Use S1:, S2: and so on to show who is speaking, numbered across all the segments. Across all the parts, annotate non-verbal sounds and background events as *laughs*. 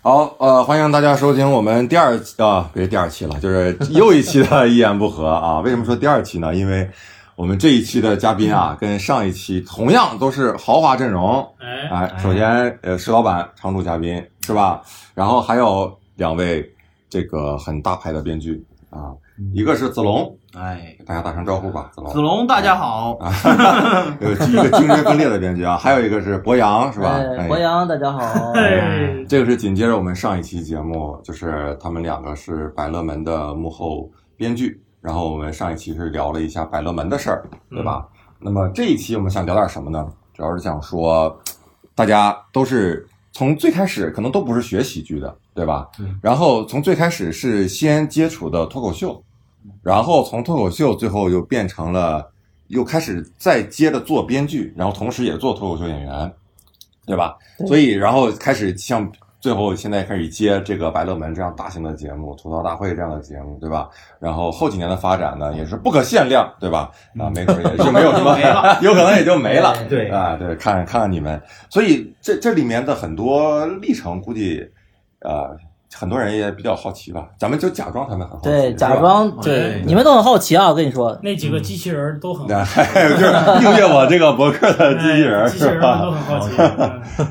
S1: 好，呃，欢迎大家收听我们第二期啊，别第二期了，就是又一期的一言不合啊。为什么说第二期呢？因为我们这一期的嘉宾啊，跟上一期同样都是豪华阵容。
S2: 哎，
S1: 哎，首先，呃，石老板常驻嘉宾是吧？然后还有两位这个很大牌的编剧啊，一个是子龙，
S2: 哎，
S1: 大家打声招呼吧，子龙。
S2: 子龙，大家好，
S1: 呃，一个精神分裂的编剧啊，还有一个是博洋，是吧？哎
S3: 哎，博洋，大家好。
S2: 哎
S4: 嗯
S1: 这个是紧接着我们上一期节目，就是他们两个是百乐门的幕后编剧，然后我们上一期是聊了一下百乐门的事儿，对吧？那么这一期我们想聊点什么呢？主要是想说，大家都是从最开始可能都不是学喜剧的，对吧？
S2: 嗯
S1: 然后从最开始是先接触的脱口秀，然后从脱口秀最后又变成了又开始再接着做编剧，然后同时也做脱口秀演员，对吧？所以然后开始像最后现在开始接这个《百乐门》这样大型的节目，《吐槽大会》这样的节目，对吧？然后后几年的发展呢，也是不可限量，对吧？啊，没准儿也就没有什么
S2: 没了，
S1: 有可能也就没了。
S2: 哎对
S1: 啊，对，看看看你们，所以这这里面的很多历程，估计呃很多人也比较好奇吧。咱们就假装他们很好奇，
S3: 对，
S1: 是吧
S3: 假装
S2: 对
S3: 你们都很好奇啊，我跟你说，
S4: 那几个机器人儿都很好
S1: 对， *laughs* 就是订阅我这个博客的机器人
S4: 哎
S1: 儿，
S4: 机器人
S1: 是
S4: 们都
S1: 吧？
S4: 很好奇。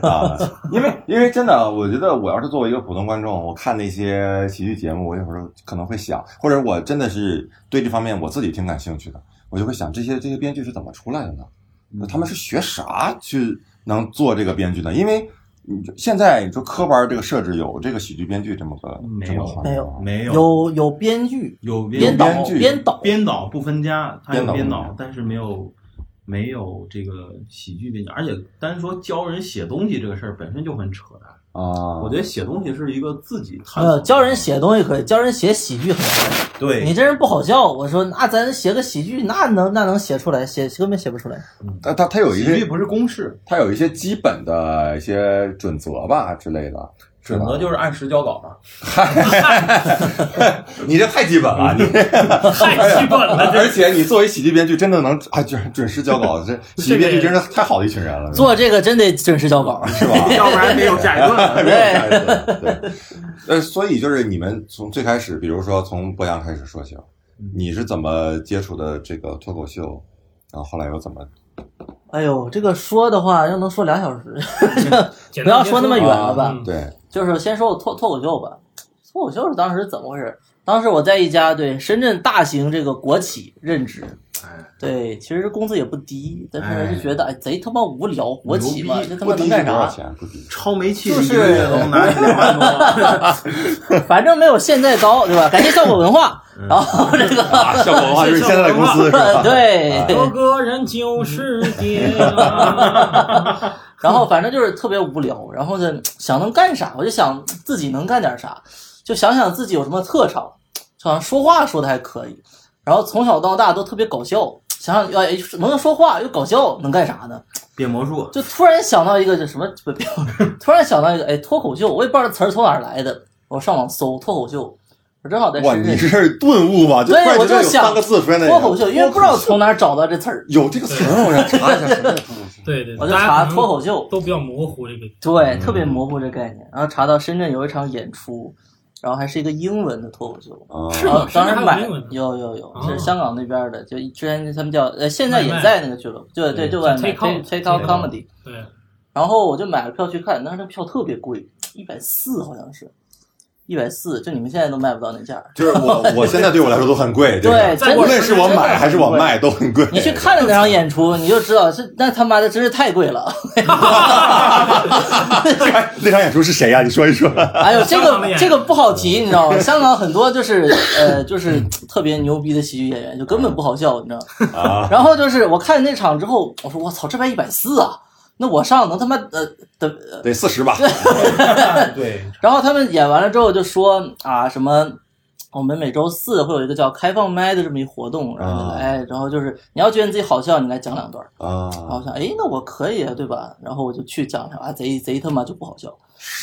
S4: 嗯
S1: 啊，因为因为真的，我觉得我要是作为一个普通观众，我看那些喜剧节目，我有时候可能会想，或者我真的是对这方面我自己挺感兴趣的，我就会想这些这些编剧是怎么出来的呢？
S2: 嗯
S1: 他们是学啥去能做这个编剧的？因为你就现在你说科班这个设置有这个喜剧编剧这么个
S2: 没有
S1: 这么个行业
S3: 没
S1: 吗
S3: 有
S2: 没有
S3: 有有编剧、
S2: 有
S1: 编
S3: 导
S1: 编、剧
S3: 编导，
S2: 编导不分家，他有
S1: 编导
S2: 编
S1: 不分
S2: 导
S1: 家，
S2: 但是没有没有这个喜剧编导，而且单说教人写东西这个事儿本身就很扯淡。
S1: 啊？
S2: 我觉得写东西是一个自己探索
S3: 呃，
S2: 的，
S3: 教人写东西可以，教人写喜剧很难。你
S2: 对，
S3: 这人不好笑，我说那咱写个喜剧，那能那能写出来，写根本写不出来。
S1: 但他他有一
S2: 喜剧
S1: 些
S2: 不是公式，
S1: 他有一些基本的一些准则吧之类的。
S2: 准则就是按时交稿嘛。
S1: 你这太基本了，你
S3: *laughs*
S1: 哎
S4: 太基本了，
S1: 而且你作为喜剧编剧，真的能啊准准时交
S3: *laughs*
S1: 稿，这喜剧编剧真是太好的一群人了，
S3: 做这个真得准时交稿，
S1: 是
S3: *laughs*
S1: 吧？
S2: 要不然没有下一段。
S1: 对对，呃，所以就是你们从最开始，比如说从博洋开始说起吧，
S3: 嗯
S1: 你是怎么接触的这个脱口秀？然后后来又怎么？
S3: 哎呦，这个说的话要能说俩小时， *laughs*
S4: 简单
S3: 不要说那么
S4: 接
S3: 远
S4: 触
S3: 了吧
S4: 嗯
S1: 啊对，
S3: 就是先说我脱脱口秀吧，脱口秀是当时怎么回事？当时我在一家对深圳大型这个国企任职，对，其实工资也不低，但是就觉得哎贼他妈无聊，国企嘛，
S2: 牛逼
S3: 这他
S1: 不
S3: 妈
S1: 低
S3: 能
S1: 是
S3: 干
S1: 多少
S3: 啥？
S1: 钱？不低。
S2: 超煤气
S3: 就
S2: 一
S3: 是
S2: 个月能拿两万多，
S3: 反正没有现在高，对吧？感谢效果
S1: *laughs*
S3: 文化，然后这个
S1: *laughs* 啊，效果文化就是现在的公嗯 *laughs* 司是吧？
S3: *laughs*
S1: 哎
S3: 对，
S4: 多个人就是
S3: *laughs*
S4: 爹呀。
S3: 然后反正就是特别无聊，然后呢想能干啥，我就想自己能干点啥，就想想自己有什么特长，好像说话说的还可以，然后从小到大都特别搞笑，想想哎能说话又搞笑，能干啥呢？
S2: 变魔术。
S3: 就突然想到一个这什么不不 *laughs* 突然想到一个哎脱口秀，我也不知道这词儿从哪儿来的，我上网搜脱口秀，我正好在
S1: *laughs* 哇，
S3: 深
S1: 你
S3: 圳
S1: 是顿悟吗？就突
S3: 对
S1: 然
S3: 我
S1: 觉得有
S3: 就想
S1: 三个字出现在
S3: 脱口秀，因为不知道从哪儿找到这词儿，
S1: 有这个词儿，我想查一下什么叫脱口
S3: *laughs*
S1: 秀。嗯
S4: 对对，
S3: 我就
S4: 大家
S3: 查
S4: 可能
S3: 脱口秀，
S4: 都比较模糊这个。
S3: 对，特别模糊这概念。然后查到深圳有一场演出，然后还是一个英文的脱口秀。
S1: 啊
S4: 是
S3: 然
S4: 吗
S3: 后当
S4: 深圳
S3: 时
S4: 还有
S3: 买
S4: 英文的
S3: 有有有，
S4: 哦
S3: 是香港那边的，就之前他们叫呃，现在也
S4: 外卖
S3: 在那个俱乐部，对对，
S2: 对
S3: 就外卖
S4: Take Out
S3: take take out
S2: Take Out
S3: comedy。
S4: 对，
S3: 然后我就买了票去看，但是那票特别贵，一百四好像是，一百四，就你们现在都卖不到那价儿。
S1: 就是我，我现在对我来说都很
S3: *laughs*
S1: 贵。这个
S3: 对真的
S1: 无论是我
S3: 真的
S1: 买还是我卖都很贵。
S3: 你去看了那场演出，你就知道是那他妈的真是太
S4: *laughs*
S3: 贵了。
S1: *laughs* 哎那场演出是谁呀、你说一说。
S3: 哎呦，这
S4: 香港的
S3: 个
S4: 演员
S3: 这个不好提，你知道吗？香港很多就是呃，就是特别牛逼的喜剧演员，就根本不好笑，你知道
S1: *laughs*
S3: 吗？
S1: 啊，
S3: 然后就是我看那场之后，我说我操，这边一百四啊，那我上能他妈呃的。呃
S1: 得四十吧。
S2: 对，
S3: 然后他们演完了之后就说啊什么，我们每周四会有一个叫开放麦的这么一活动，然后
S1: 啊
S3: 哎，然后就是你要觉得你自己好笑，你来讲两段儿。然后
S1: 啊，
S3: 我想哎，那我可以啊，对吧？然后我就去讲了啊，贼贼他妈就不好笑。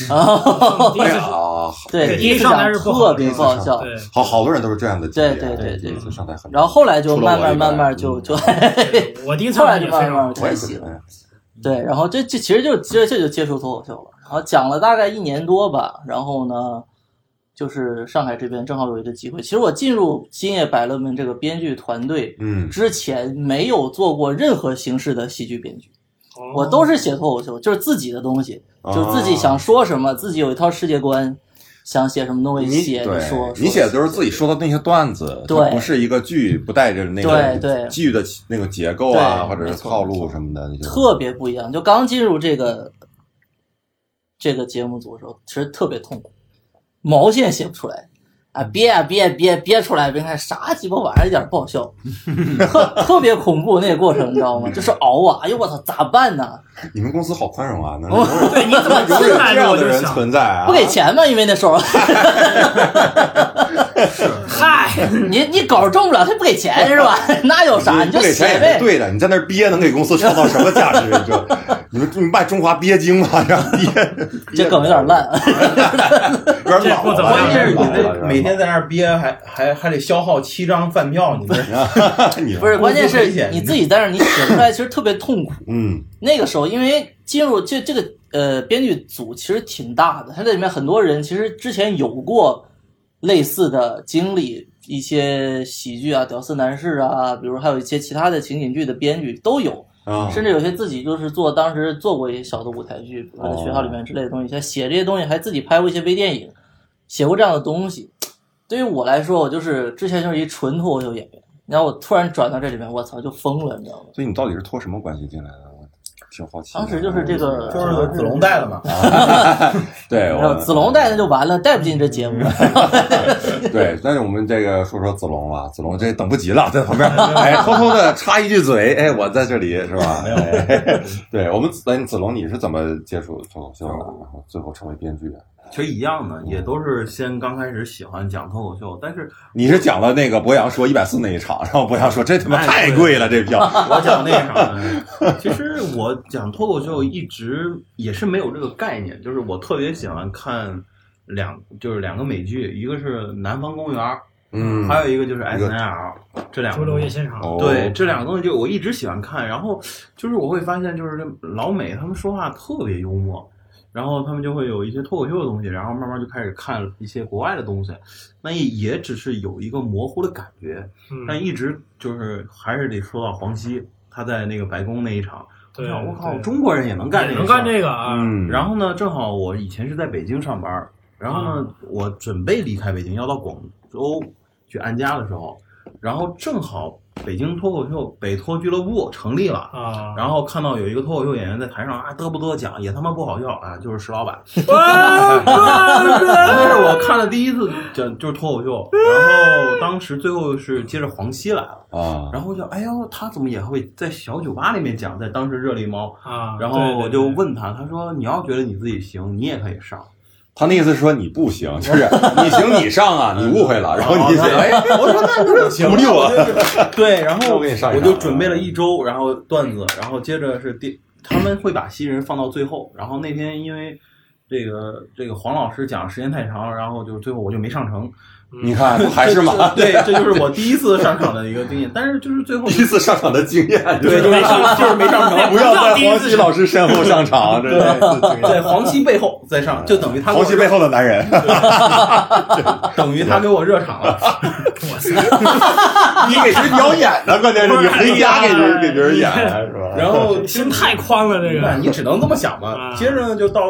S3: 然后
S4: 第一次
S1: 啊，
S3: 对，
S4: 第一
S3: 次
S4: 上来
S3: 讲
S4: 是不好
S3: 特别不好笑。
S4: 对，
S1: 好好多人都是这样的经历。
S3: 对对对对
S1: 第一次上台很。
S3: 然后后来就
S1: 除了我
S3: 慢
S1: 以
S3: 慢慢慢
S1: 外
S3: 就
S1: 嗯
S3: 就 *laughs*
S4: 我第一次
S3: 后来
S4: 看
S3: 就
S4: 也非
S3: 慢慢
S4: 常
S3: 慢慢
S1: 我
S3: 才
S1: 也是
S3: 行。对，然后这这其实就这这就接触脱口秀了。然后讲了大概一年多吧，然后呢，就是上海这边正好有一个机会。其实我进入今夜百乐门这个编剧团队
S1: 嗯，
S3: 之前，没有做过任何形式的喜剧编剧，
S1: 哦
S4: 哦
S3: 我都是写脱口秀，就是自己的东西，
S1: 啊
S3: 就是自己想说什么，自己有一套世界观，想写什么东西
S1: 你
S3: 写着
S1: 对
S3: 说。
S1: 你写的都是自己说的那些段子，它
S3: 对
S1: 不是一个剧，不带着那
S3: 对
S1: 个
S3: 对
S1: 剧的那种结构啊，
S3: 对
S1: 或者
S3: 没
S1: 是
S3: 错
S1: 套路什么的，那些
S3: 特别不一样。就刚进入这个这个节目组的时候，其实特别痛苦，毛线写不出来啊！憋啊憋啊憋啊憋出来，别看啥鸡巴玩意儿，一点不
S1: *laughs*
S3: 好笑，特特别恐怖那个过程，你知道吗？就是熬啊！哎呦我操，咋办呢？
S1: 你们公司好宽容啊，能
S3: 哦
S1: 容
S4: 对，你怎么
S1: 忍容
S4: 进
S1: 忍
S4: 来
S1: 这
S4: 的
S1: 样
S4: 我
S1: 的
S4: 就
S1: 人
S4: 想，
S1: 存在啊？
S3: 不给钱吗？因为那时候
S4: 嗨，
S3: *clears throat* 你你稿挣不了，他不给
S1: *laughs*
S3: 钱是吧？那有啥？
S1: 你
S3: 就
S1: 不给
S3: 写
S1: 钱也
S3: 呗
S1: 是。对的，你在那儿憋能给公司创造什么价值？你说，你们你们卖中华鳖精吗？这样憋，
S3: 这梗有点烂，
S1: *laughs* 有点老
S4: 这不怎
S1: 了，
S4: 么
S2: 关
S4: 样
S2: 键是
S1: 有
S2: 你
S1: 点老
S2: 这
S1: 了
S2: 每天在那儿憋，还还还得消耗七张饭票，你这
S1: *laughs* 你
S3: 不是？关键
S2: 公司赔
S3: 是
S2: 钱
S3: 你自己在那儿，你写不出来，其实特别痛苦。
S1: 嗯
S3: 那个时候，因为进入这这个呃编剧组其实挺大的，他这里面很多人其实之前有过类似的经历，一些喜剧啊、屌丝男士啊，比如还有一些其他的情景剧的编剧都有，
S1: 啊，
S3: 甚至有些自己就是做当时做过一些小的舞台剧，比如
S1: 哦
S3: 说在学校里面之类的东西，他写这些东西还自己拍过一些微电影，写过这样的东西。对于我来说，我就是之前就是一纯脱口秀演员，然后我突然转到这里面，我操，就疯了，你知道吗？
S1: 所以你到底是托什么关系进来的？我挺好奇的。
S3: 当时就是这个
S2: 哦就是个子龙带的嘛。啊
S1: 对，
S3: 然后
S1: 我
S3: 子龙带那就完了，带不进这节目。
S1: 嗯
S2: *laughs*
S1: 对，但是我们这个说说子龙吧，子龙这等不及了，在旁边，哎，偷偷的插一句嘴，哎，我在这里是吧？
S2: 没有
S1: 哎 *laughs* 对我们子哎子龙，你是怎么接触脱口秀的？然后最后成为编剧的？
S2: 其实一样的，也都是先刚开始喜欢讲脱口秀，但是
S1: 你是讲了那个博洋说一百四那一场，然后博洋说这他妈
S2: 哎
S1: 太
S2: 对
S1: 贵了，这票。
S2: 我讲那啥呢，其实我讲脱口秀一直也是没有这个概念，就是我特别喜欢看两，就是两个美剧，一个是《南方公园》，
S1: 嗯，
S2: 还有一个就是《
S1: 一个
S2: S N L》，这两
S4: 周
S2: 个
S4: 六
S2: 东
S4: 夜
S2: 西。
S4: 现场，
S1: 哦
S2: 对，这两个东西就我一直喜欢看，然后就是我会发现，就是这老美他们说话特别幽默，然后他们就会有一些脱口秀的东西，然后慢慢就开始看一些国外的东西，那也也只是有一个模糊的感觉，但
S4: 嗯，
S2: 一直就是还是得说到黄西，他在那个白宫那一场，我
S4: 对，
S2: 想我靠，
S4: 对
S2: 中国人也能干这
S4: 也
S2: 个
S4: 能
S2: 事儿，
S4: 干这个啊，
S1: 嗯，
S2: 然后呢，正好我以前是在北京上班儿，然后呢，
S4: 啊
S2: 我准备离开北京，要到广州去安家的时候，然后正好北京脱口秀北脱俱乐部成立了。
S4: 啊，
S2: 然后看到有一个脱口秀演员在台上啊嘚不嘚讲，也他妈不好笑啊，就是
S4: *laughs*
S2: 石老板。那是我看的第一次讲就是脱口秀，然后当时最后是接着黄西来了，
S1: 啊，
S2: 然后我就哎呦他怎么也会在小酒吧里面讲，在当时热力猫，
S4: 啊，对
S2: 然后我就，问他，他说你要觉得你自己行，你也可以上。
S1: 他那意思是说你不行，
S2: *laughs*
S1: 就是你行你上啊，你误会了，然后你
S2: 哦
S1: 哎，我说 *laughs* 那行，鼓励我，
S2: *laughs* 对，然
S1: 那
S2: 后
S1: 我给你上一
S2: 我
S1: 上
S2: 就准备了一周，然后段子，然后接着是第，他们会把新人放到最后，然后那天因为这个这个黄老师讲时间太长，然后就最后我就没上成。
S1: 你看不还是嘛，
S2: *laughs* 对，这就是我第一次上场的一个经验，但是就是
S1: *laughs*
S2: 最后
S1: 第一次上场的经验，
S2: 对 *laughs* 就是没上就是没上
S4: *laughs*
S1: *laughs*
S2: 成，
S1: 不要在黄西老师身后上场，这
S2: *laughs* 在黄西背后再上，就等于他给
S1: 黄
S2: 我
S1: 西背后的男人，
S2: 等于他给我热场
S1: *laughs*
S2: 了。
S4: 我操，
S1: 你给谁表演呢？关键是你回家给人给别人演是吧？
S2: 然后
S4: 心太宽了，这
S2: 那
S4: 个
S2: 你只能这么想嘛。
S4: 啊
S2: 接着呢，就到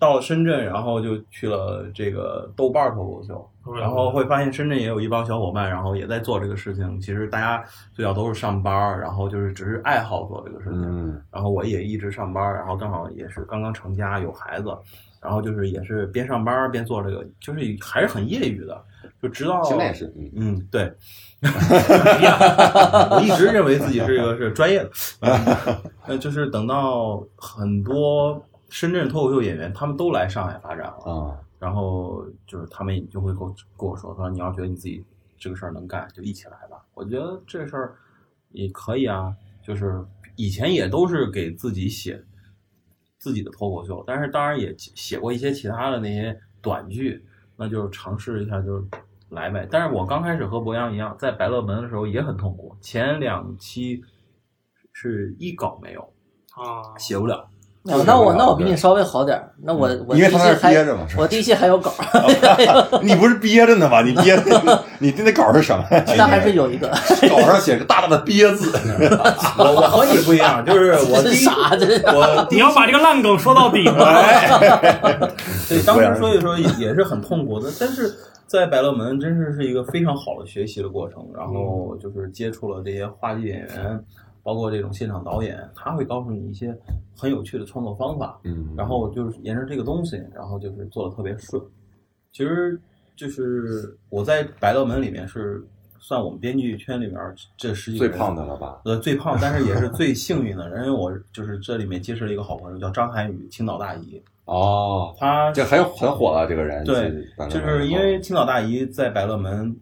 S2: 到深圳，然后就去了这个豆瓣脱口秀，
S4: 嗯
S2: 然后会发现深圳也有一帮小伙伴，然后也在做这个事情。其实大家最早都是上班儿，然后就是只是爱好做这个事情。
S1: 嗯
S2: 然后我也一直上班儿，然后刚好也是刚刚成家有孩子，然后就是也是边上班儿边做这个，就是还是很业余的。就直到
S1: 现在也是，嗯
S2: 嗯，对， *laughs* 我一直认为自己是一个是专业的，呃，就是等到很多深圳脱口秀演员他们都来上海发展了，
S1: 啊，
S2: 然后就是他们就会跟我跟我说，他说你要觉得你自己这个事儿能干，就一起来吧。我觉得这事儿也可以啊，就是以前也都是给自己写自己的脱口秀，但是当然也写过一些其他的那些短剧，那就尝试一下就来呗。但是我刚开始和博洋一样，在百乐门的时候也很痛苦，前两期是一稿没有，
S4: 啊，
S2: 写不
S1: 就
S2: 了。 *laughs*
S1: 是
S3: *laughs* 那我
S1: *laughs* 这样
S3: 那我比你稍微好点儿，那我我
S1: 嗯因为
S3: 第
S1: 他
S3: 一期
S1: 在那
S3: 还
S1: 憋着嘛是吧
S3: 我第一期还
S1: *laughs*
S3: 有稿儿，
S1: 你不是憋着呢吗？你憋着， *laughs* 你那稿是什么呀？
S3: 那还是有一个，
S1: *laughs* 稿上写着大大的“憋”字，
S2: 我我和你不一样，就是我
S3: 这
S2: 第一
S3: *laughs* 傻这
S1: *laughs*
S3: 是
S2: 我
S4: 你要把这个烂梗说到底
S2: *laughs*
S4: 吗？
S2: 哎对当时所以说也是很痛苦的，但是在百乐门真是是一个非常好的学习的过程，然后就是接触了这些话剧演员，包括这种现场导演，他会告诉你一些很有趣的创作方法，
S1: 嗯
S2: 然后就是沿着这个东西，然后就是做的特别顺。其实就是我在百乐门里面是算我们编剧圈里面这十几个
S1: 最
S2: 人
S1: 胖的了吧？
S2: 呃，最胖，但是也是最幸运的人，因为我就是这里面结识了一个好朋友，叫张涵予，青岛大姨。
S1: 哦，
S2: 他
S1: 这很很火了，这个人
S2: 对
S1: 去办个
S2: 就
S1: 活动
S2: 是因为青岛大姨在百乐门，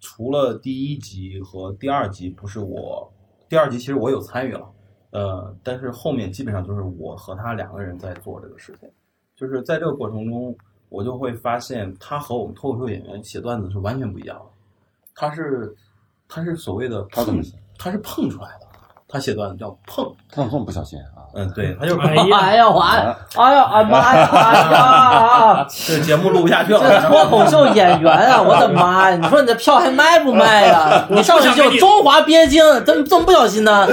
S2: 除了第一集和第二集不是我，第二集其实我有参与了，呃，但是后面基本上就是我和他两个人在做这个事情。就是在这个过程中，我就会发现他和我们脱口秀演员写段子是完全不一样的。他是他是所谓的
S1: 他怎么
S2: 碰
S1: 写
S2: 他是碰出来的，他写段子叫碰，
S1: 他怎么这么不小心啊？
S2: 嗯，对，他就是
S4: 哎
S2: 碰。
S4: 呀
S3: 哎呀我哎哎呀哎妈呀哎呀！
S2: 这节目录不下
S4: *laughs*
S3: *laughs*
S2: 去了，
S3: 这脱口秀演员啊，我的妈呀！你说你这票还卖不卖呀？你上去就中华鳖精，怎么这么不小心呢？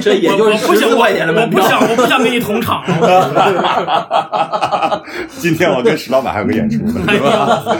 S2: 这也就
S4: 我
S2: 是
S4: 不
S2: 十
S4: 想，
S2: 多块钱的
S4: 我我
S2: 门
S4: 不
S2: 票。
S4: 想，我不想跟你同场
S2: *laughs*
S4: 了。
S1: 今天我跟石老板还有个演出呢，是吧？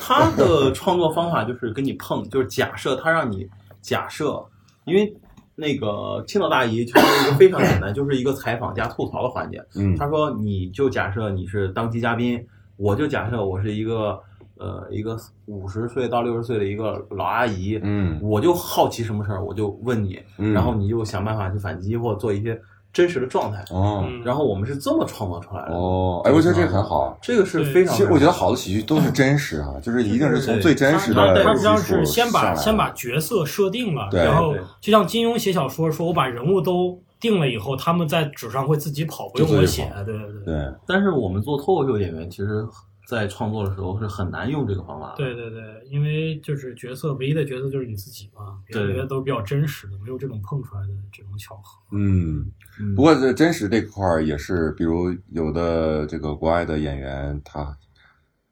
S2: 他的创作方法就是跟你
S1: *laughs*
S2: 碰，就是假设他让你假设，因为那个青岛大姨就是一个非常简单，就是一个采访加吐槽的环节。
S1: *laughs* 嗯
S2: 他说你就假设你是当期嘉宾，我就假设我是一个呃一个五十岁到六十岁的一个老阿姨，
S1: 嗯
S2: 我就好奇什么事儿，我就问你，
S1: 嗯
S2: 然后你就想办法去反击或做一些真实的状态。
S1: 哦
S4: 嗯
S2: 然后我们是这么创作出来的，
S1: 哦，哎，我觉得这个很好。
S2: 这个是非常
S1: 其实我觉得好的喜剧都
S3: 嗯
S1: 是真实啊，就是一定是从最真实
S4: 他
S1: 的
S4: 他
S1: 基
S4: 们
S1: 础
S4: 当时先把
S1: 上来的
S4: 先把角色设定了，
S1: 对
S4: 然后
S2: 对
S4: 就像金庸写小说，说我把人物都定了以后，他们在纸上会自己跑，不用
S1: 就自己
S4: 我写
S1: 跑。
S4: 对对对
S1: 对
S2: 但是我们做脱口秀演员，其实在创作的时候是很难用这个方法的。，
S4: 对对对，因为就是角色唯一的角色就是你自己嘛，别
S2: 对
S4: 的都是比较真实的，没有这种碰出来的这种巧合。
S1: 嗯。
S2: 嗯、
S1: 不过这真实这块儿也是，比如有的这个国外的演员，他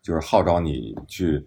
S1: 就是号召你去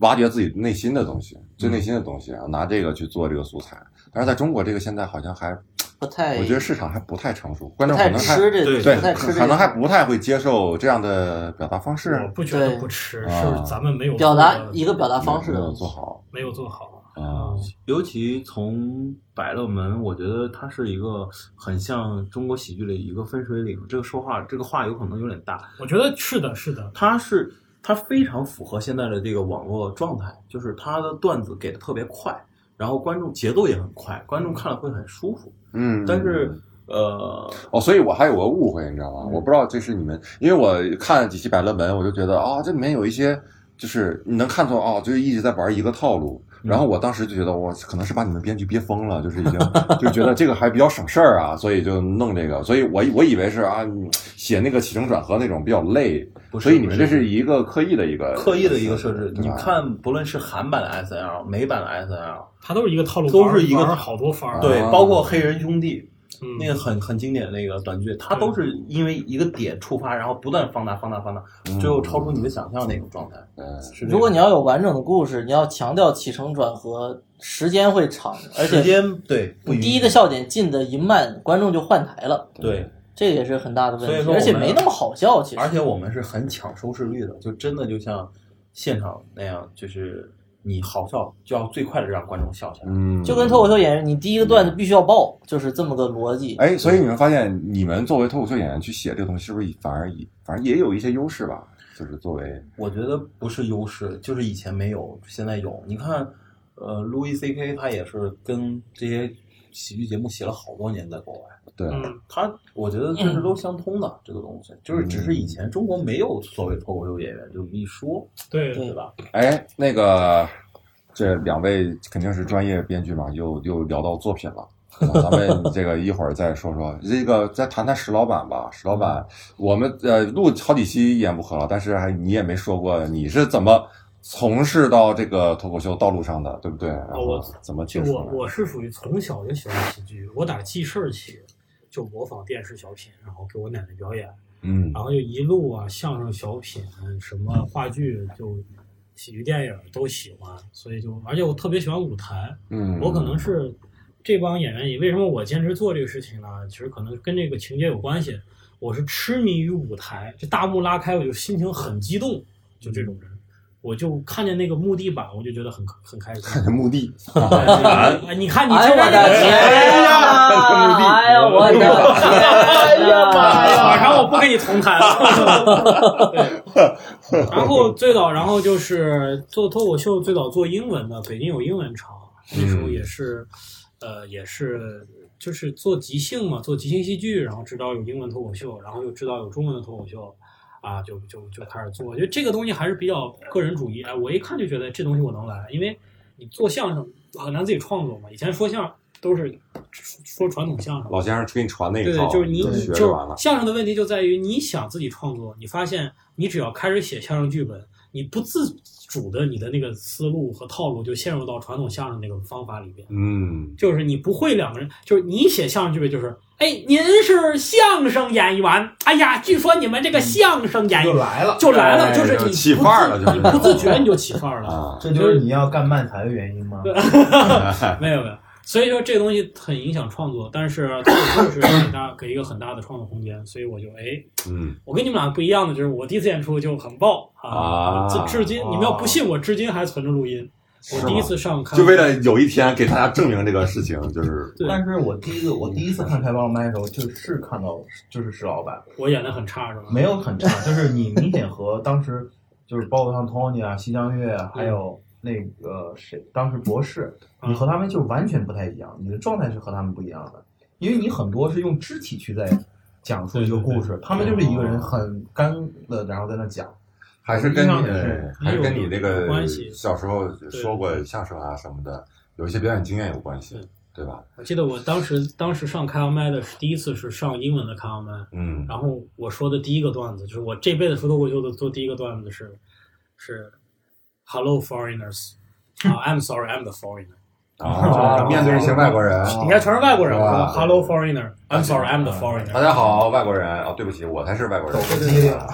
S1: 挖掘自己内心的东西，最内心的东西，然后拿这个去做这个素材。但是在中国，这个现在好像还，
S3: 不太，
S1: 我觉得市场还不太成熟，观
S3: 哎不
S1: 众可能
S3: 太
S1: 还
S3: 吃这，
S1: 对
S3: 不太吃这，
S1: 可能还不太会接受这样的表达方式，
S4: 我不觉得
S3: 对
S4: 不吃，
S1: 啊
S4: 是咱们没有
S3: 表
S4: 做
S3: 达
S4: 到
S3: 一个表达方式
S1: 没
S3: 的
S1: 有
S3: 问题
S1: 做。好
S4: 没有做好。
S1: 啊。
S2: 尤其从百乐门，我觉得它是一个很像中国喜剧的一个分水岭。这个说话，这个话有可能有点大。
S4: 我觉得是的，是的，
S2: 它是它非常符合现在的这个网络状态，就是它的段子给的特别快，然后观众节奏也很快，观众看了会很舒服。
S1: 嗯，
S2: 但是呃，
S1: 哦，所以我还有个误会，你知道吗？
S2: 嗯
S1: 我不知道这是你们，因为我看了几期《百乐门》，我就觉得啊、这里面有一些就是你能看出哦，就是一直在玩一个套路。
S2: 嗯
S1: 然后我当时就觉得，我可能是把你们编剧憋疯了，就是已经就觉得这个还比较省事儿啊，所以就弄这个。所以我我以为是啊，你写那个起承转合那种比较累，
S2: 不是
S1: 所以你们
S2: 不
S1: 这
S2: 是
S1: 是一个刻意的一个
S2: 刻意的一个设置，
S1: 对
S2: 你
S1: 吧
S2: 看，不论是韩版的 S N L、美版的 S N L，
S4: 它都是一个套路
S2: 都
S4: 玩儿，
S2: 是一个
S4: 玩儿好多番儿。
S2: 对
S1: 啊，
S2: 包括黑人兄弟
S4: 嗯，
S2: 那个很很经典的那个短剧，它都是因为一个点触发，然后不断放大、放大、放大，最后超出你的想象那种状态。
S1: 嗯
S2: 是这
S3: 嗯如果
S2: 种
S3: 你要有完整的故事，你要强调起承转合，时间会长，而
S2: 时
S3: 且
S2: 间对不
S3: 第一
S2: 一
S3: 个笑点进的一慢，观众就换台了，
S2: 对，
S3: 这也是很大的问
S2: 所以
S3: 题，
S2: 说
S3: 而且
S2: 我们
S3: 没那么好笑。其实
S2: 而且我们是很抢收视率的，就真的就像现场那样，就是你好笑就要最快的让观众笑起来。
S1: 嗯，
S3: 就跟脱口秀演员，你第一个段子必须要爆，就是这么个逻辑。
S1: 哎，所以你们发现，你们作为脱口秀演员去写这个东西，是不是反而反正也有一些优势吧？就是作为
S2: 我觉得不是优势，就是以前没有，现在有。你看，呃，Louis C.K. 他也是跟这些喜剧节目写了好多年，在国外。
S1: 对，
S4: 嗯，
S2: 它我觉得这是都相通的、这个东西，就是只是以前中国没有所谓脱口秀演员这么一说，
S4: 对
S3: 对
S2: 对吧？
S1: 哎，那个，这两位肯定是专业编剧嘛，又又聊到作品了。
S4: *laughs*
S1: 咱们这个一会儿再说说，这个再谈谈石老板吧。石老
S4: 嗯
S1: 板，我们呃录好几期一言不合了，但是还你也没说过你是怎么从事到这个脱口秀道路上的，对不对？然后
S4: 哦我
S1: 怎么
S4: 就
S1: 接触
S4: 我
S1: 的？
S4: 我是属于从小就喜欢喜剧，我打记事儿起，就模仿电视小品，然后给我奶奶表演，
S1: 嗯
S4: 然后就一路啊，相声、小品、什么话剧，就喜剧、电影都喜欢，所以就而且我特别喜欢舞台，
S1: 嗯，
S4: 我可能是这帮演员里，为什么我坚持做这个事情呢？其实可能跟这个情节有关系。我是痴迷于舞台，这大幕拉开，我就心情很激动，就这种人，我就看见那个木地板，我就觉得很很开心。
S1: *laughs* 墓地，
S4: 哎你看你
S3: 哎
S4: 这
S3: 呦我
S4: 边那
S3: 的
S4: 个
S3: 天呀！哎呦我的啊
S1: 哎
S3: 天哎呀！
S4: 晚上我不跟你同台了。对，然后最早，然后就是做脱口秀，最早做英文的，北京有英文场，那时候也是，呃，也是就是做即兴嘛，做即兴戏剧，然后知道有英文脱口秀，然后又知道有中文的脱口秀。啊，就就就开始做，我觉得这个东西还是比较个人主义。哎，我一看就觉得这东西我能来，因为你做相声很难自己创作嘛。以前说相声都是说说传统相声，
S1: 老先生吹你传那
S4: 对
S1: 一套，
S4: 对，就是你
S1: 就
S4: 你
S1: 学
S4: 就
S1: 就完了
S4: 是。相声的问题就在于你想自己创作，你发现你只要开始写相声剧本，你不自主的你的那个思路和套路就陷入到传统相声那个方法里边，
S1: 嗯，
S4: 就是你不会两个人，就是你写相声剧本就是，哎，您是相声演员，哎呀，据说你们
S1: 嗯
S4: 这个相声演
S2: 就
S4: 员
S2: 来了，
S4: 就来
S1: 哎
S4: 了，就是
S1: 就
S4: 你
S1: 起
S4: 不
S1: 范儿
S4: 自
S1: 了就是
S4: 你不自觉你就起范儿了。
S1: 啊，
S2: 这就是你要干漫才的原因吗？
S4: 没有没有，所以说这东西很影响创作，但是它也是给大给一个很大的创作空间，所以我就哎
S1: 嗯，
S4: 我跟你们俩不一样的就是，我第一次演出就很爆
S1: 啊
S4: 啊！我至至今
S2: 啊
S4: 你们要不信，我至今还存着录音。
S1: 吗
S4: 我第一次上看，
S1: 就为了有一天给大家证明这个事情，就是
S4: 对
S2: 但是我第一个我第一次看开放麦的时候，就是看到就是石老板，
S4: 我演的很差是吧？
S2: 没有很差，就是你明显和当时就是包括像 Tony 啊、西江月啊，还有那个谁，当时博士，
S4: 嗯
S2: 你和他们就完全不太一样，你的状态是和他们不一样的，因为你很多是用肢体去在讲述一个故事，他们就是一个人很干的，然后在那讲。
S1: 还是跟你
S2: 印象也是
S1: 还是跟你这
S4: 有
S1: 个
S4: 关系
S1: 小时候说过相声啊什么的，有一些表演经验有关系
S4: 对，
S1: 对吧？
S4: 我记得我当时当时上开放麦的是第一次是上英文的开放麦，
S1: 嗯，
S4: 然后我说的第一个段子就是我这辈子说脱口秀的做第一个段子是是 Hello foreigners，啊 *laughs* I'm sorry I'm the foreigner，
S1: 啊，面对一些外国
S2: *laughs*
S1: 人，
S4: 底下全是外国人，我说
S1: 啊
S4: Hello foreigner，I'm sorry I'm the foreigner，
S1: 大家好，外国人啊，对不起，我才是外国人。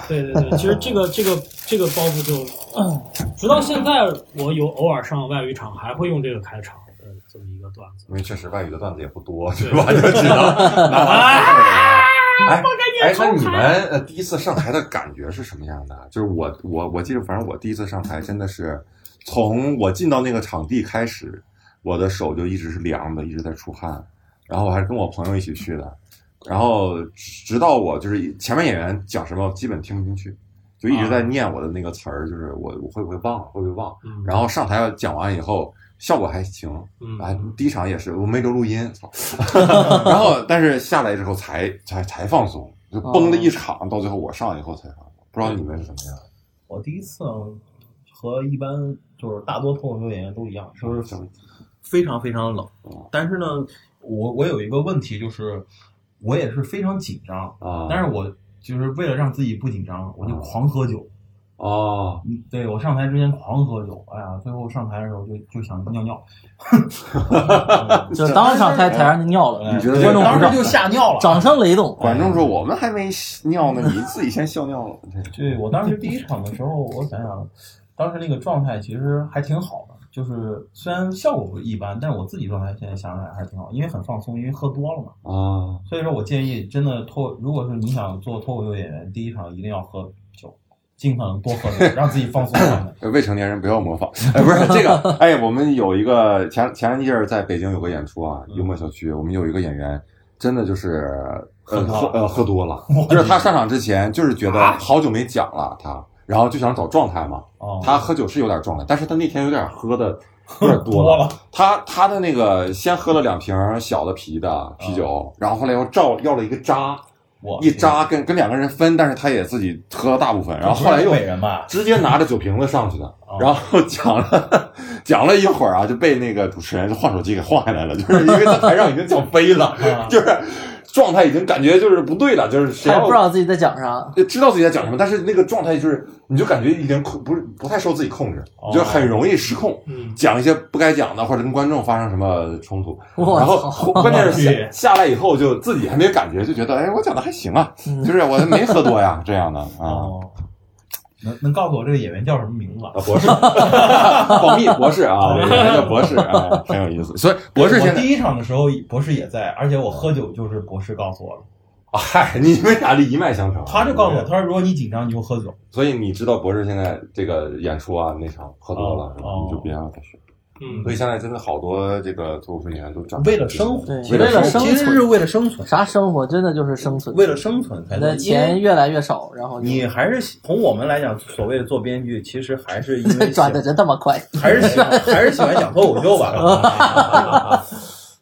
S4: 对对 *laughs* 对，其实这个这个这个包袱就， *clears throat* 直到现在我有偶尔上外语场还会用这个开场的这么一个段子。
S1: 因为确实外语的段子也不多，对吧？就只能拿来。哎哎，那你们呃第一次上台的感觉是什么样的？就是我我我记得，反正我第一次上台真的是从我进到那个场地开始，我的手就一直是凉的，一直在出汗。然后我还是跟我朋友一起去的，然后直到我就是前面演员讲什么，我基本听不进去，就一直在念我的那个词儿，就是我我会不会忘了，会不会忘了？
S4: 嗯，
S1: 然后上台讲完以后，效果还行，
S4: 嗯
S1: 啊，第一场也是我没留录音，操 *laughs* 然后但是下来之后才才才放松，就崩了一场，到最后我上以后才放松。不知道你们是什么样的？
S2: 我第一次啊和一般就是大多脱口秀演员都一样，就是非常非常冷
S1: 嗯。
S2: 但是呢，我我有一个问题，就是我也是非常紧张，
S1: 啊
S2: 但是我就是为了让自己不紧张，我就狂喝酒。
S1: 哦，
S2: 嗯，对我上台之前狂喝酒，哎呀，最后上台的时候就就想尿尿，
S3: 就当场在台上就尿了，
S1: 哎你觉得
S3: 观众
S2: 当
S3: 不
S2: 时
S3: 知
S2: 就
S3: 道，
S2: 吓尿了。
S3: 掌声雷动。
S1: 观众说我们还没尿呢，你自己先笑尿了。
S2: 对我当时第一场的时候，我想想，当时那个状态其实还挺好的，就是虽然效果不一般，但是我自己状态现在想想还是挺好，因为很放松，因为喝多了嘛。
S1: 啊，
S2: 所以说我建议，真的脱，如果是你想做脱口秀演员，第一场一定要喝酒，尽可能多喝酒，让自己放
S1: *laughs*
S2: 松状态。
S1: 呃未成年人不要模仿。哎，不是这个，哎，我们有一个前前一阵儿在北京有个演出啊，幽默小区，我们有一个演员，真的就是呃喝呃喝多了，就是他上场之前就是觉得好久没讲了他，然后就想找状态嘛。
S2: 哦，
S1: 他喝酒是有点状态，但是他那天有点喝的有点多了。他他的那个先喝了两瓶小的啤的啤酒，然后后来又照要了一个扎，
S2: 我
S1: 一扎跟跟两个人分，但是他也自己喝了大部分，然后后来又
S2: 北人吧，
S1: 直接拿着酒瓶子上去的
S3: 啊
S2: 哦，
S1: 然后讲了 *laughs* 讲了一会 *laughs* 儿啊，就被那个主持人换手机给换下来了，就是因为在台上已经讲飞了，就是。状态已经感觉就是不对了，就是谁
S3: 他也
S1: 要
S3: 不知道自己在讲啥。
S1: 知道自己在讲什么，但是那个状态就是你就感觉已经控不是不太受自己控制，
S2: 哦
S1: 就很容易失控。
S4: 嗯，
S1: 讲一些不该讲的，或者跟观众发生什么冲突，
S3: 我
S1: 然
S3: 操，
S1: 后关键是
S2: 去
S1: 下下来以后就自己还没感觉，就觉得哎，我讲的还行啊，就
S3: 嗯，
S1: 是我没喝多呀，这样的啊。
S2: 哦，能能告诉我这个演员叫什么名字吗？
S1: 啊，博士，保密博士
S2: *laughs*
S1: 啊，人家叫博士，哎，很有意思。所以博士
S2: 我
S1: 现 *laughs* 在，
S2: 第一场的时候，博士也在，而且我喝酒就是博士告诉我的，
S1: 嗨，哎你们俩这一脉相承。啊
S2: 他就告诉我，他说如果你紧张你就喝酒，
S1: 所以你知道博士现在这个演出啊，那场喝多了，
S2: 哦
S1: 是吧你就别让他去。
S4: 嗯
S1: 所以现在真的好多这个脱口秀演员都长
S2: 为了生活，
S3: 对，
S1: 为了
S3: 为了生
S2: 其实是
S3: 存，
S2: 为了生存，
S3: 啥生活真的就是生存。
S2: 为了生存
S1: 哎
S2: 才
S3: 你的
S2: 能
S3: 钱。越来越少，然后就 *laughs*
S2: 你还是喜从我们来讲，所谓的做编剧，其实还是因
S3: *laughs*
S2: 为喜
S3: 转的
S2: 欢
S3: 真他妈快。
S2: 还是喜欢还是喜欢讲脱口秀吧。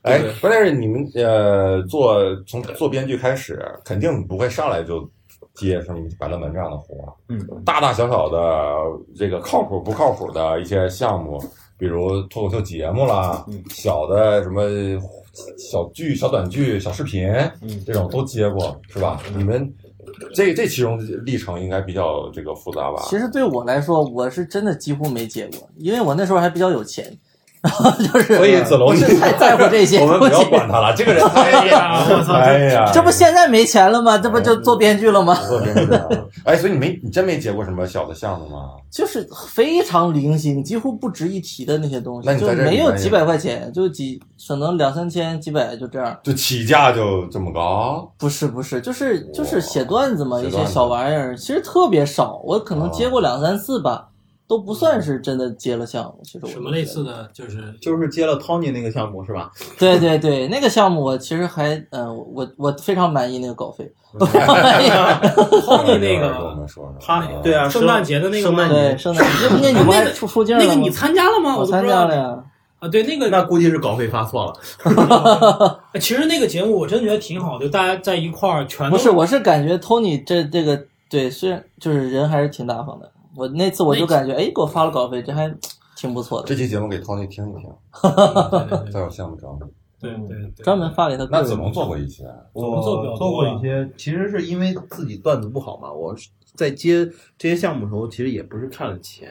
S1: 哎
S5: 对，
S1: 关键是你们呃做从做编剧开始，肯定不会上来就接什么板凳门这样的活儿，
S2: 嗯，
S1: 大大小小的这个靠谱不靠谱的一些项目，比如脱口秀节目啦，
S2: 嗯
S1: 小的什么小剧、小短剧、小视频，
S2: 嗯
S1: 这种都接过是吧？你们这这其中历程应该比较这个复杂吧？
S3: 其实对我来说，我是真的几乎没接过，因为我那时候还比较有钱， *laughs* 然后就是
S1: 所以子龙，
S3: 不
S1: 你
S3: 是太在乎这些
S1: 我们不
S3: 东
S1: 要
S3: 西。
S1: 管他了，这个人
S3: *laughs*
S1: 哎呀，
S4: 我操
S1: 哎呀，
S3: 这不现在没钱了吗？这不
S1: 哎
S3: 就做编剧了吗？
S1: 做编剧的。哎，所以你没你真没接过什么小的项目吗？
S3: 就是非常零星，几乎不值一提的那些东
S1: 那
S3: 西，
S1: 你
S3: 就
S1: 在这里
S3: 没有
S1: 面也
S3: 几百块钱，就几可能两三千、几百就这样。
S1: 就起价就这么高？
S3: 不是不是，就是就
S1: 哇
S3: 是写段子嘛，
S1: 写
S3: 一些
S1: 段子
S3: 小玩意儿，其实特别少，我可能
S1: 哦嗯
S3: 接过两三次吧，都不算是真的接了项目。其实我
S4: 什
S3: 觉
S4: 么
S3: 得
S4: 类似的就是
S2: 就是接了 Tony 那个项目是吧？
S3: 对对对，那个项目我其实还，嗯、我我非常满意那个稿费，我非常满意。
S4: Tony 那
S1: 跟我
S4: 个
S1: 们说说
S4: 他
S2: 对啊，
S4: 圣诞节的那个
S2: 圣诞
S4: *laughs*
S3: 对，
S2: 节
S3: 圣诞节那你不还出出镜了
S4: 那
S3: 吗？
S4: 个你参加了吗？
S3: 我
S4: 都不
S3: 参
S4: 知
S3: 加
S4: 道
S3: 了呀，
S4: 啊，对那个哎
S2: 那估计是稿费发错了。
S4: 其实那个节目我真觉得挺好，就大家在一块儿全都
S3: *laughs* 不是，我是感觉 Tony 这这个对，虽然就是人还是挺大方的。我那次我就感觉，哎，给我发了稿费，这还挺不错的，
S1: 这期节目给 Tony 听一听，
S4: 对
S1: 再有项目找你。
S4: 对对对对，
S3: 专门发给他个
S1: 那
S3: 人。
S1: 子龙做过一啊些，
S2: 我
S4: 做表
S2: 做过
S4: 多啊
S2: 一些，其实是因为自己段子不好嘛。我是在接这些项目的时候，其实也不是看了钱，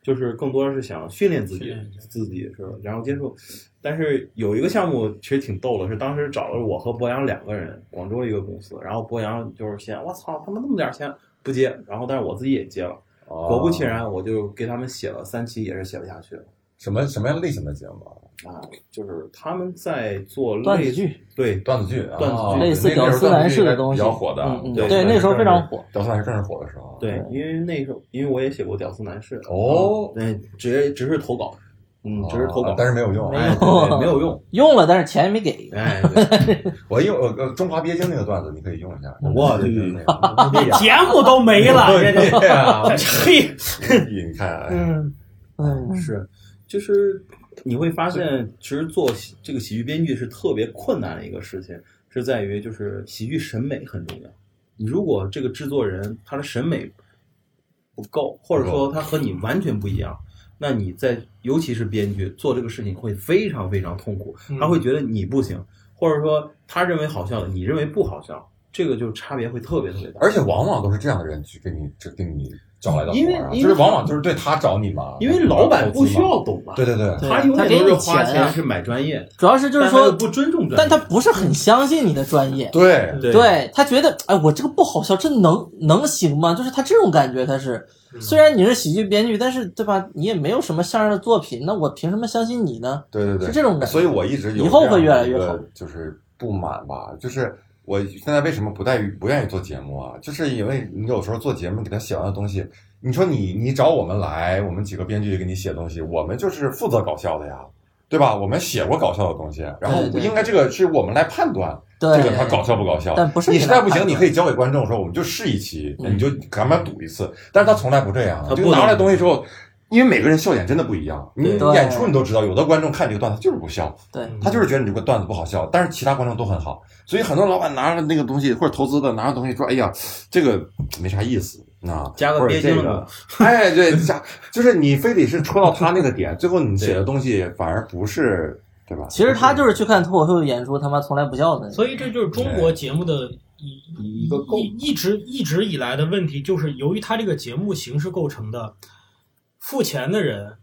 S2: 就是更多是想训练自
S4: 训
S2: 己
S4: 练一下，
S2: 自己是吧？然后接触。但是有一个项目其实挺逗的，是当时找了我和博洋两个人，广州一个公司，然后博洋就是嫌我操他们那么点钱不接，然后但是我自己也接了，果
S1: 果
S2: 不其，然，我就给他们写了三期，也是写不下去了
S1: 什么什么样类型的节目啊？
S2: 啊，就是他们在做
S3: 段
S2: 类
S3: 子剧，
S2: 对
S1: 段子剧，啊
S2: 段子剧
S1: 对
S3: 类似
S1: 那个
S3: 屌丝男式的东西
S1: 时候段子剧应该比较火的
S3: 嗯，嗯
S2: 对
S3: 对，那时候非常火。
S1: 屌丝男是正是火的时候。
S2: 对，因为那时候，因为我也写过《屌丝男士》
S1: 哦
S2: 啊对，只是只是投稿，嗯，
S1: 哦，
S2: 只是投稿，
S1: 但是没有用。
S3: 没
S2: 哎
S3: 有
S2: 对对没有用，
S3: 用了，但是钱没给。
S2: 哎，对
S1: 我用呃呃中华鳖精那个段子，你可以用一下。
S2: 我
S1: 对
S2: 去
S1: 对对对
S4: 节目都没了，人家
S2: 对啊，
S4: 嘿，
S1: 你看，哎
S3: 嗯嗯，
S2: 是，就是你会发现，其实做喜这个喜剧编剧是特别困难的一个事情，是在于就是喜剧审美很重要。你如果这个制作人他的审美不够，或者说他和你完全不一样，那你在尤其是编剧做这个事情会非常非常痛苦，
S4: 嗯
S2: 他会觉得你不行，或者说他认为好笑的，你认为不好笑，这个就差别会特别特别大。
S1: 而且往往都是这样的人去给你这给你找来的活
S2: 因为
S1: 儿啊，
S2: 因
S1: 就
S2: 为
S1: 是往往就是对他找你嘛，
S2: 因为老板不需要懂吧？
S1: 对对对，
S3: 对
S2: 他永
S3: 他
S2: 远
S3: 给
S2: 都
S3: 你
S2: 是花
S3: 钱啊
S2: 钱是买专业，
S3: 主要是就是
S2: 但他
S3: 说
S2: 又，不尊重专业，
S3: 但他不是很相信你的专业，
S1: 对
S2: 对
S3: 对他觉得，哎，我这个不好笑，这能能行吗？就是他这种感觉，他是虽然你是喜剧编剧，但是对吧，你也没有什么像样的作品，那我凭什么相信你呢？
S1: 对对对，
S3: 是这种感觉
S1: 所以我一直有
S3: 以后会
S1: 这
S3: 越
S1: 样
S3: 来
S1: 的一
S3: 越
S1: 个
S3: 好
S1: 就是不满吧，就是我现在为什么不在于不愿意做节目啊？就是因为你有时候做节目给他写完的东西，你说你你找我们来，我们几个编剧给你写东西，我们就是负责搞笑的呀。对吧？我们写过搞笑的东西，然后
S3: 对对对
S1: 应该这个是我们来判断
S3: 对，
S1: 这个他搞笑不搞笑。
S3: 但不是
S1: 你
S3: 给
S1: 实
S3: 他
S1: 在不行，
S3: 看
S1: 你可以交给观众说，我们就试一期，
S3: 嗯
S1: 你就敢不敢赌一次？但是他从来不这样，
S2: 他
S1: 就
S2: 不
S1: 拿
S2: 能
S1: 出来东西之后，因为每个人笑点真的不一样，你
S2: 对
S1: 演出你都知道，有的观众看这个段子就是不笑，
S3: 对，
S4: 嗯
S1: 他就是觉得你这个段子不好笑，但是其他观众都很好，所以很多老板拿着那个东西或者投资的拿着东西说，哎呀，这个没啥意思。啊，
S2: 加个
S1: 或者
S2: 鳖精
S1: 这
S2: 的
S1: 个，哎，对，加就是你非得是戳到他那个点，最后你写的东西反而不是对吧？
S3: 其实他就是去看脱口秀的演出，他妈从来不笑的。
S4: 所以这就是中国节目的一
S2: 一个构
S4: 一一直一直以来的问题，就是由于它这个节目形式构成的，付钱的人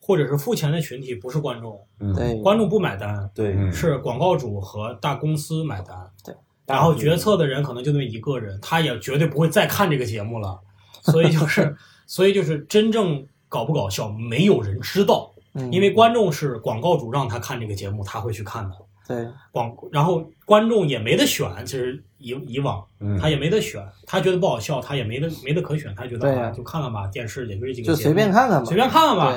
S4: 或者是付钱的群体不是观众，
S1: 嗯
S3: 对，
S4: 观众不买单，
S2: 对，
S1: 嗯
S4: 是广告主和大公司买单。
S3: 对，
S4: 然后决策的人可能就那么一个人，他也绝对不会再看这个节目了。所以就是，所以就是真正搞不搞笑，没有人知道，
S3: 嗯
S4: 因为观众是广告主让他看这个节目，他会去看的。
S3: 对
S4: 广，然后观众也没得选，其实以以往
S1: 嗯
S4: 他也没得选，他觉得不好笑，他也没得没得可选，他觉得
S3: 对啊
S4: 啊就看看吧，电视也就这几个节目，
S3: 就随便看看吧，
S4: 随便看看吧。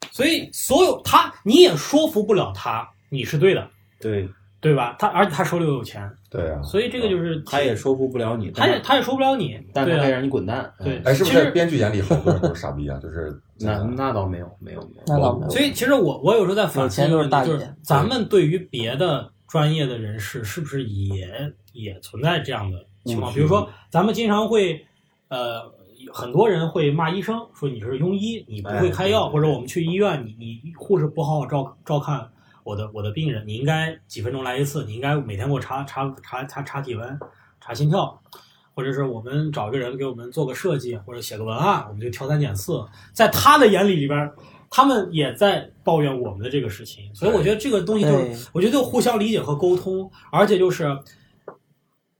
S3: 对，
S4: 所以所有他你也说服不了他，你是对的，
S2: 对，
S4: 对吧？他而且他手里又有钱，
S1: 对啊，
S4: 所以这个就是
S3: 哦
S2: 他也说服不了你，
S4: 他也
S2: 但
S4: 他也说不了你，
S2: 但是
S4: 对
S2: 他
S4: 啊
S2: 可以让你滚蛋，
S4: 对
S2: 嗯
S1: 哎，是不
S4: 其
S1: 是
S4: 实
S1: 在编剧眼里很多人都是傻逼啊？
S2: *laughs*
S1: 就是
S2: 那那倒没有，没有，没有，
S3: 那倒没有。
S4: 所以其实我我有时候在反思一个问题，
S3: 有钱
S4: 就
S3: 都
S4: 是
S3: 大爷
S4: 是咱们对于别的专业的人士是不是也也存在这样的情况？比如说，咱们经常会呃。很多人会骂医生，说你是庸医，你不会开药，
S2: 哎对对对
S4: 或者我们去医院，你你护士不好好照照看我的我的病人，你应该几分钟来一次，你应该每天给我查查查查查体温、查心跳，或者是我们找一个人给我们做个设计或者写个文案，我们就挑三拣四。在他的眼里里边，他们也在抱怨我们的这个事情，所以我觉得这个东西就
S3: 对
S4: 是，我觉得就互相理解和沟通，而且就是。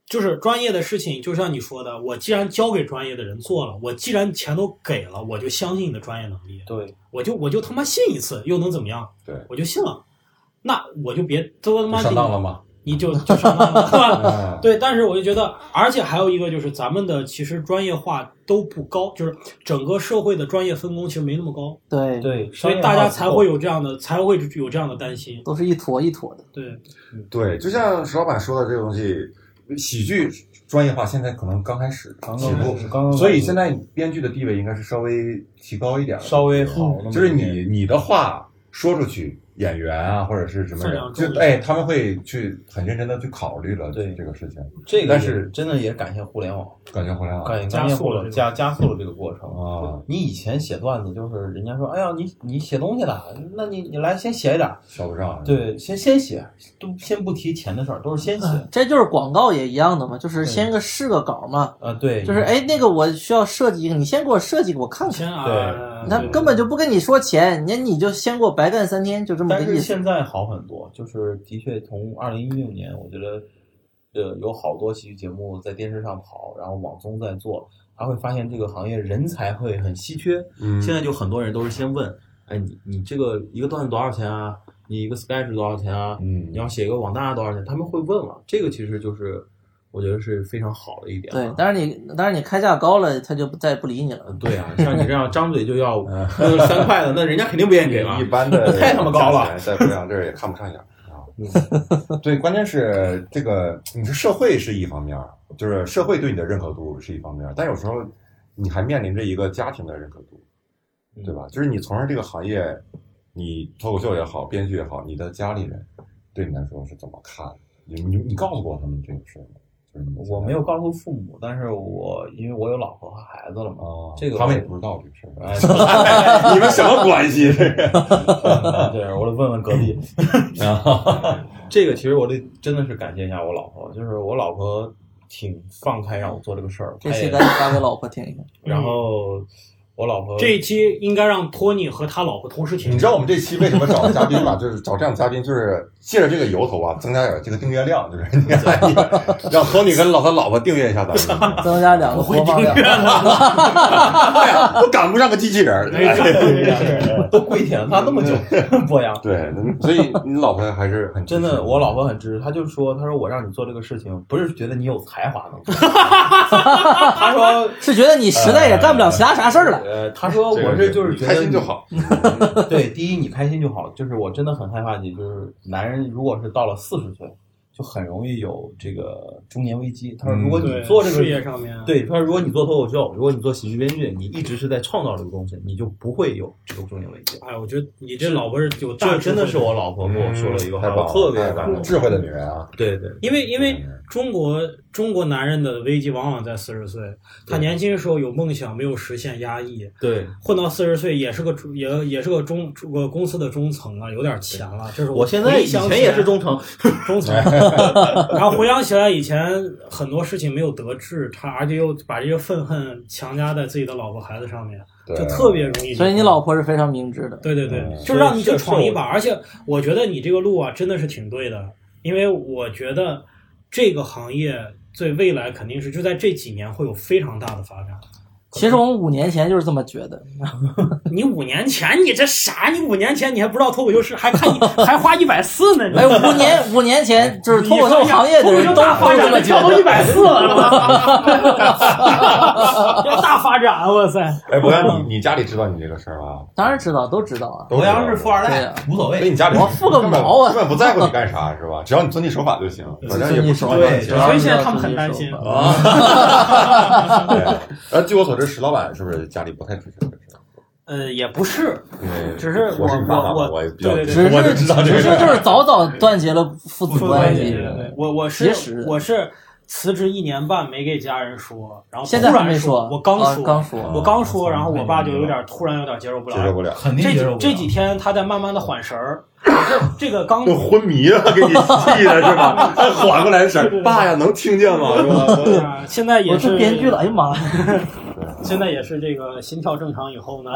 S4: 就是专业的事情，就像你说的，我既然交给专业的人做了，我既然钱都给了，我就相信你的专业能力，
S2: 对，
S4: 我就我就他妈信一次，又能怎么样？
S1: 对
S4: 我就信了，那我就别都他妈
S1: 上当了吗？
S4: 你就就上当了，
S1: *laughs*
S4: 是吧？
S1: 啊，
S4: 对，但是我就觉得，而且还有一个就是咱们的其实专业化都不高，就是整个社会的专业分工其实没那么高，
S3: 对，
S2: 对，
S4: 所以大家才会有这样的才会有这样的担心。
S3: 都是一坨一坨的。
S4: 对，
S1: 对，就像石老板说的这个东西，喜剧专业化现在可能刚开始
S2: 刚
S1: 起
S2: 刚
S1: 步，
S2: 刚刚
S1: 所以现在编剧的地位应该是稍微提高一点的，
S2: 稍微好
S4: 嗯
S2: 那么一点，
S1: 就是你你的话说出去，演员啊或者是什么
S4: 分
S1: 人
S4: 量，重
S1: 就
S4: 一些
S1: 哎他们会去很认真的去考虑了
S2: 对
S1: 这个事情，
S2: 这个也，
S1: 但是
S2: 真的也感谢互联网，
S1: 感觉回来了，
S2: 感
S4: 啊加
S2: 谢
S4: 速
S2: 互
S4: 了
S2: 联
S4: 这个嗯
S2: 加加速了这个过程
S1: 啊
S2: 你以前写段子就是人家说，哎呀，你你写东西了，那你你来先写一点儿，
S1: 瞧不上，，
S2: 对，先先写，都先不提钱的事儿，都是先写。
S4: 嗯
S3: 这就是广告也一样的嘛，就是先个试个稿嘛，
S2: 啊，对，
S3: 就是哎，那个我需要设计一个，你先给我设计给我看看。
S4: 先啊，
S2: 对
S3: 他根本就不跟你说钱，你你就先给我白干三天，就这么
S2: 但
S3: 个意
S2: 是
S3: 思。
S2: 现在好很多，就是的确从二零一六年，我觉得，呃，有好多喜剧节目在电视上跑，然后网综在做，他会发现这个行业人才会很稀缺。
S1: 嗯
S2: 现在就很多人都是先问，哎，你你这个一个段子多少钱啊？你一个 sketch 多少钱啊？
S1: 嗯
S2: 你要写一个网大多少钱？他们会问了，这个其实就是我觉得是非常好的一点啊。
S3: 对，但是你但是你开价高了，他就不再也不理你了。
S2: 对啊，像你这样张嘴就要
S3: 嗯
S2: 那个三块的，那人家肯定不愿意给了
S3: *laughs*
S1: 一。般的
S2: *laughs* 太他妈高
S1: 价
S2: 了
S1: 钱在不良这儿也看不上眼儿啊。对，关键是这个，你说社会是一方面儿，就是社会对你的认可度是一方面儿，但有时候你还面临着一个家庭的认可度，
S2: 嗯
S1: 对吧？就是你从事这个行业，你脱口秀也好，编剧也好，你的家里人对你来说是怎么看？你你你告诉过他们这个事儿吗？就是你
S2: 我没有告诉父母，但是我因为我有老婆和孩子了 *laughs* 嘛，
S1: 啊，
S2: 这个
S1: 他们也不知道这个事儿。*laughs*
S2: 哎， *laughs*
S1: 你们什么关系？这个
S2: 对，我得问问隔壁。 *laughs* 这个其实我得真的是感谢一下我老婆，就是我老婆挺放开让我做这个事儿，
S3: 这
S2: 她
S3: 期
S2: 也
S3: 赶紧发给老婆听一听。
S2: 然后我老婆
S4: 这一期应该让托尼和他老婆同时请。
S1: 你知道我们这期为什么找嘉宾吗？就是找这样的嘉宾，就是借着这个由头啊，增加点这个订阅量，就是你看，你 *laughs* 让 Tony 跟老他老婆订阅一下咱们， *laughs* 哎
S3: 增加两个播放量，
S1: 我赶不上个机器人儿。
S4: 哎这
S2: 都跪舔了她那么 *laughs* 久，博洋。
S1: *laughs* 对，嗯所以你老婆还是很
S2: 真的，我老婆很支持，她就说：“她说我让你做这个事情，不是觉得你有才华 *laughs* 能做。她说
S3: 是觉得你实在也干不了其他啥事儿了。
S2: 呃，她说
S1: 这个
S2: 我是就是觉得
S1: 开心
S2: 你
S1: 就好。
S6: *laughs*
S2: 对，第一你开心就好。就是我真的很害怕你，就是男人如果是到了四十岁，
S6: 就很容易有这个中年危机。他说，如果你
S4: 对
S6: 做这个
S4: 事业上面，
S6: 嗯
S4: 啊
S6: 对，他说如果你做脱口秀，如果你做喜剧编剧，你一直是在创造这个东西，你就不会有这个中年危机。
S4: 哎，我觉得你这老婆是有大智
S6: 这
S4: 慧
S6: 真的是我老婆跟我说了一个
S1: 嗯太
S6: 话，
S1: 棒
S6: 我
S1: 了，
S6: 特别
S1: 太
S6: 感
S1: 棒了
S6: 动。
S1: 智慧的女人啊，
S6: 对对，
S4: 因为因为中国中国男人的危机往往在四十岁，他年轻的时候有梦想没有实现，压抑，
S6: 对，
S4: 混到四十岁也是个中也也是个中个公司的中层啊了，有点钱了。这是
S6: 我现在
S4: 回
S6: 以
S4: 想起来
S6: 前也是 *laughs* 中层，
S4: 中层， *laughs*
S6: *laughs*
S4: 然后回想起来以前很多事情没有得志，他而且又把这些愤恨强加在自己的老婆孩子上面，
S1: 对，啊
S4: 就特别容易。
S3: 所以你老婆是非常明智的。
S4: 对对对
S1: 嗯，
S4: 就让你去闯一把。而且我觉得你这个路啊，真的是挺对的，因为我觉得这个行业最未来肯定是就在这几年会有非常大的发展。
S3: 其实我们五年前就是这么觉
S4: *laughs*
S3: 得，
S4: 你五年前你这啥？你五年前你还不知道脱口秀是还看你还花一百四呢？你
S3: 哎，五年五年前就是脱口秀行业的人都
S4: 脱口秀大发展
S3: 都这么
S4: 了，
S3: 觉
S4: 跳到
S3: 得
S4: 一。百四
S3: *laughs*
S4: 了，要大发展，哇塞！
S1: 哎，博洋，你你家里知道你这个事儿吗？
S3: 当然知道，都知道啊。
S1: 都知道，
S6: 二
S3: 对呀
S6: 无所
S1: 所以。你家里
S3: 我付个
S1: 根本
S3: 毛啊
S1: 根本不在乎你干啥是吧？只要你遵纪守法就行，反正也不指望你
S6: 对
S1: 钱
S6: 对
S4: 所以现在他们很担心
S1: 啊。对，然后据我所知，石老板是不是家里不太支持这个事儿？
S4: 呃，也不是，
S1: 嗯
S4: 只是
S1: 我
S4: 我
S1: 是你爸爸嘛
S4: 我
S1: 我也比较
S4: 对对
S3: 只
S1: 我就知
S3: 是
S1: 道这
S3: 只
S1: 个
S3: 是就是早早断绝了父子关
S4: 对
S3: 系
S4: 对，对，我我
S3: 结
S4: 是
S3: 识
S4: 我是辞职一年半没给家人说，然后
S3: 现在
S4: 突
S3: 还
S4: 然
S3: 没
S4: 说，我刚
S3: 啊
S4: 说，
S3: 刚说，
S4: 我刚说，然后我爸就有点突然有点接受不了，
S1: 接受不了，
S6: 肯定
S4: 这
S6: 接受
S4: 几
S6: 不
S4: 这
S6: 了。
S4: 几天他在慢慢的缓神儿，这个刚
S1: 都昏迷了，给你气的是
S4: *laughs*
S1: 吧？还缓过来神儿，爸呀，能听见吗？是吧？
S4: 啊现在
S3: 我
S4: 也
S3: 是
S4: 是
S3: 编剧了，哎呀妈呀！
S4: 现在也是这个心跳正常以
S1: *laughs*
S4: 后呢，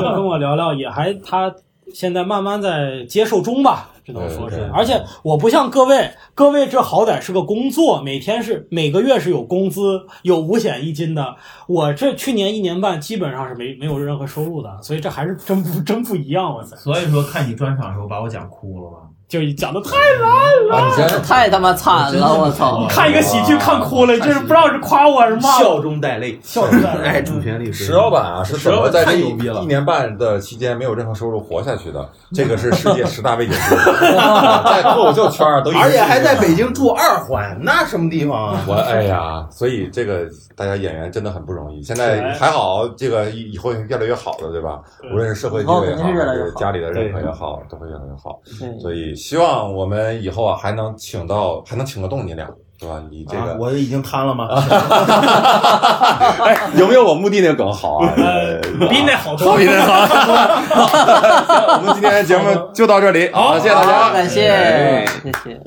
S4: 就跟我聊聊，也还他现在慢慢在接受中吧，只能说是
S1: 对对。对
S4: 而且我不像各位，各位这好歹是个工作，每天是每个月是有工资，有五险一金的。我这去年一年半基本上是没没有任何收入的，所以这还是真不真不一样，我操！
S6: 所以说，看你专场的时候把我讲哭了吧？
S4: 就讲的太
S1: 啊，你
S3: 这
S1: 先
S3: 太他妈惨
S6: 真
S3: 了，
S6: 的
S3: 我
S6: 不
S3: 操
S6: 错！
S4: 看一个喜剧看哭了，这是不知道是夸哦我还是骂我，
S6: 笑中带泪，
S4: 笑出来了。
S6: 哎，主旋律是
S1: 石老板啊，是
S6: 石
S1: 怎
S6: 老
S1: 么
S6: 板
S1: 在这
S6: 太
S1: 一
S6: 牛逼了
S1: 一年半的期间没有任何收入活下去的？这个是世界十大未解之谜，在脱口秀圈儿都已经
S6: 而且还在北京住二环，那什么地方 *laughs* 啊？
S1: 我哎呀，所以这个大家演员真的很不容易。现在还好，这个以以后越来越好了，对吧？无论是社会地位也好，
S3: 哦以后肯定是越
S1: 还
S3: 来越
S1: 是
S3: 好
S1: 家里的认可也好，都会越来越好。
S3: 对
S1: 所以希望我们以后啊，还能请到，还能请得动你俩，是吧？你这
S6: 啊
S1: 个、
S6: 我已经瘫了吗？
S1: 有没有我墓地那个梗好啊？呃
S4: 比那好
S1: 好
S4: 多
S1: 比。那好。
S3: *laughs*
S1: 我们今天的节目就到这里，好，谢谢大家，哎
S3: 好感谢，谢谢。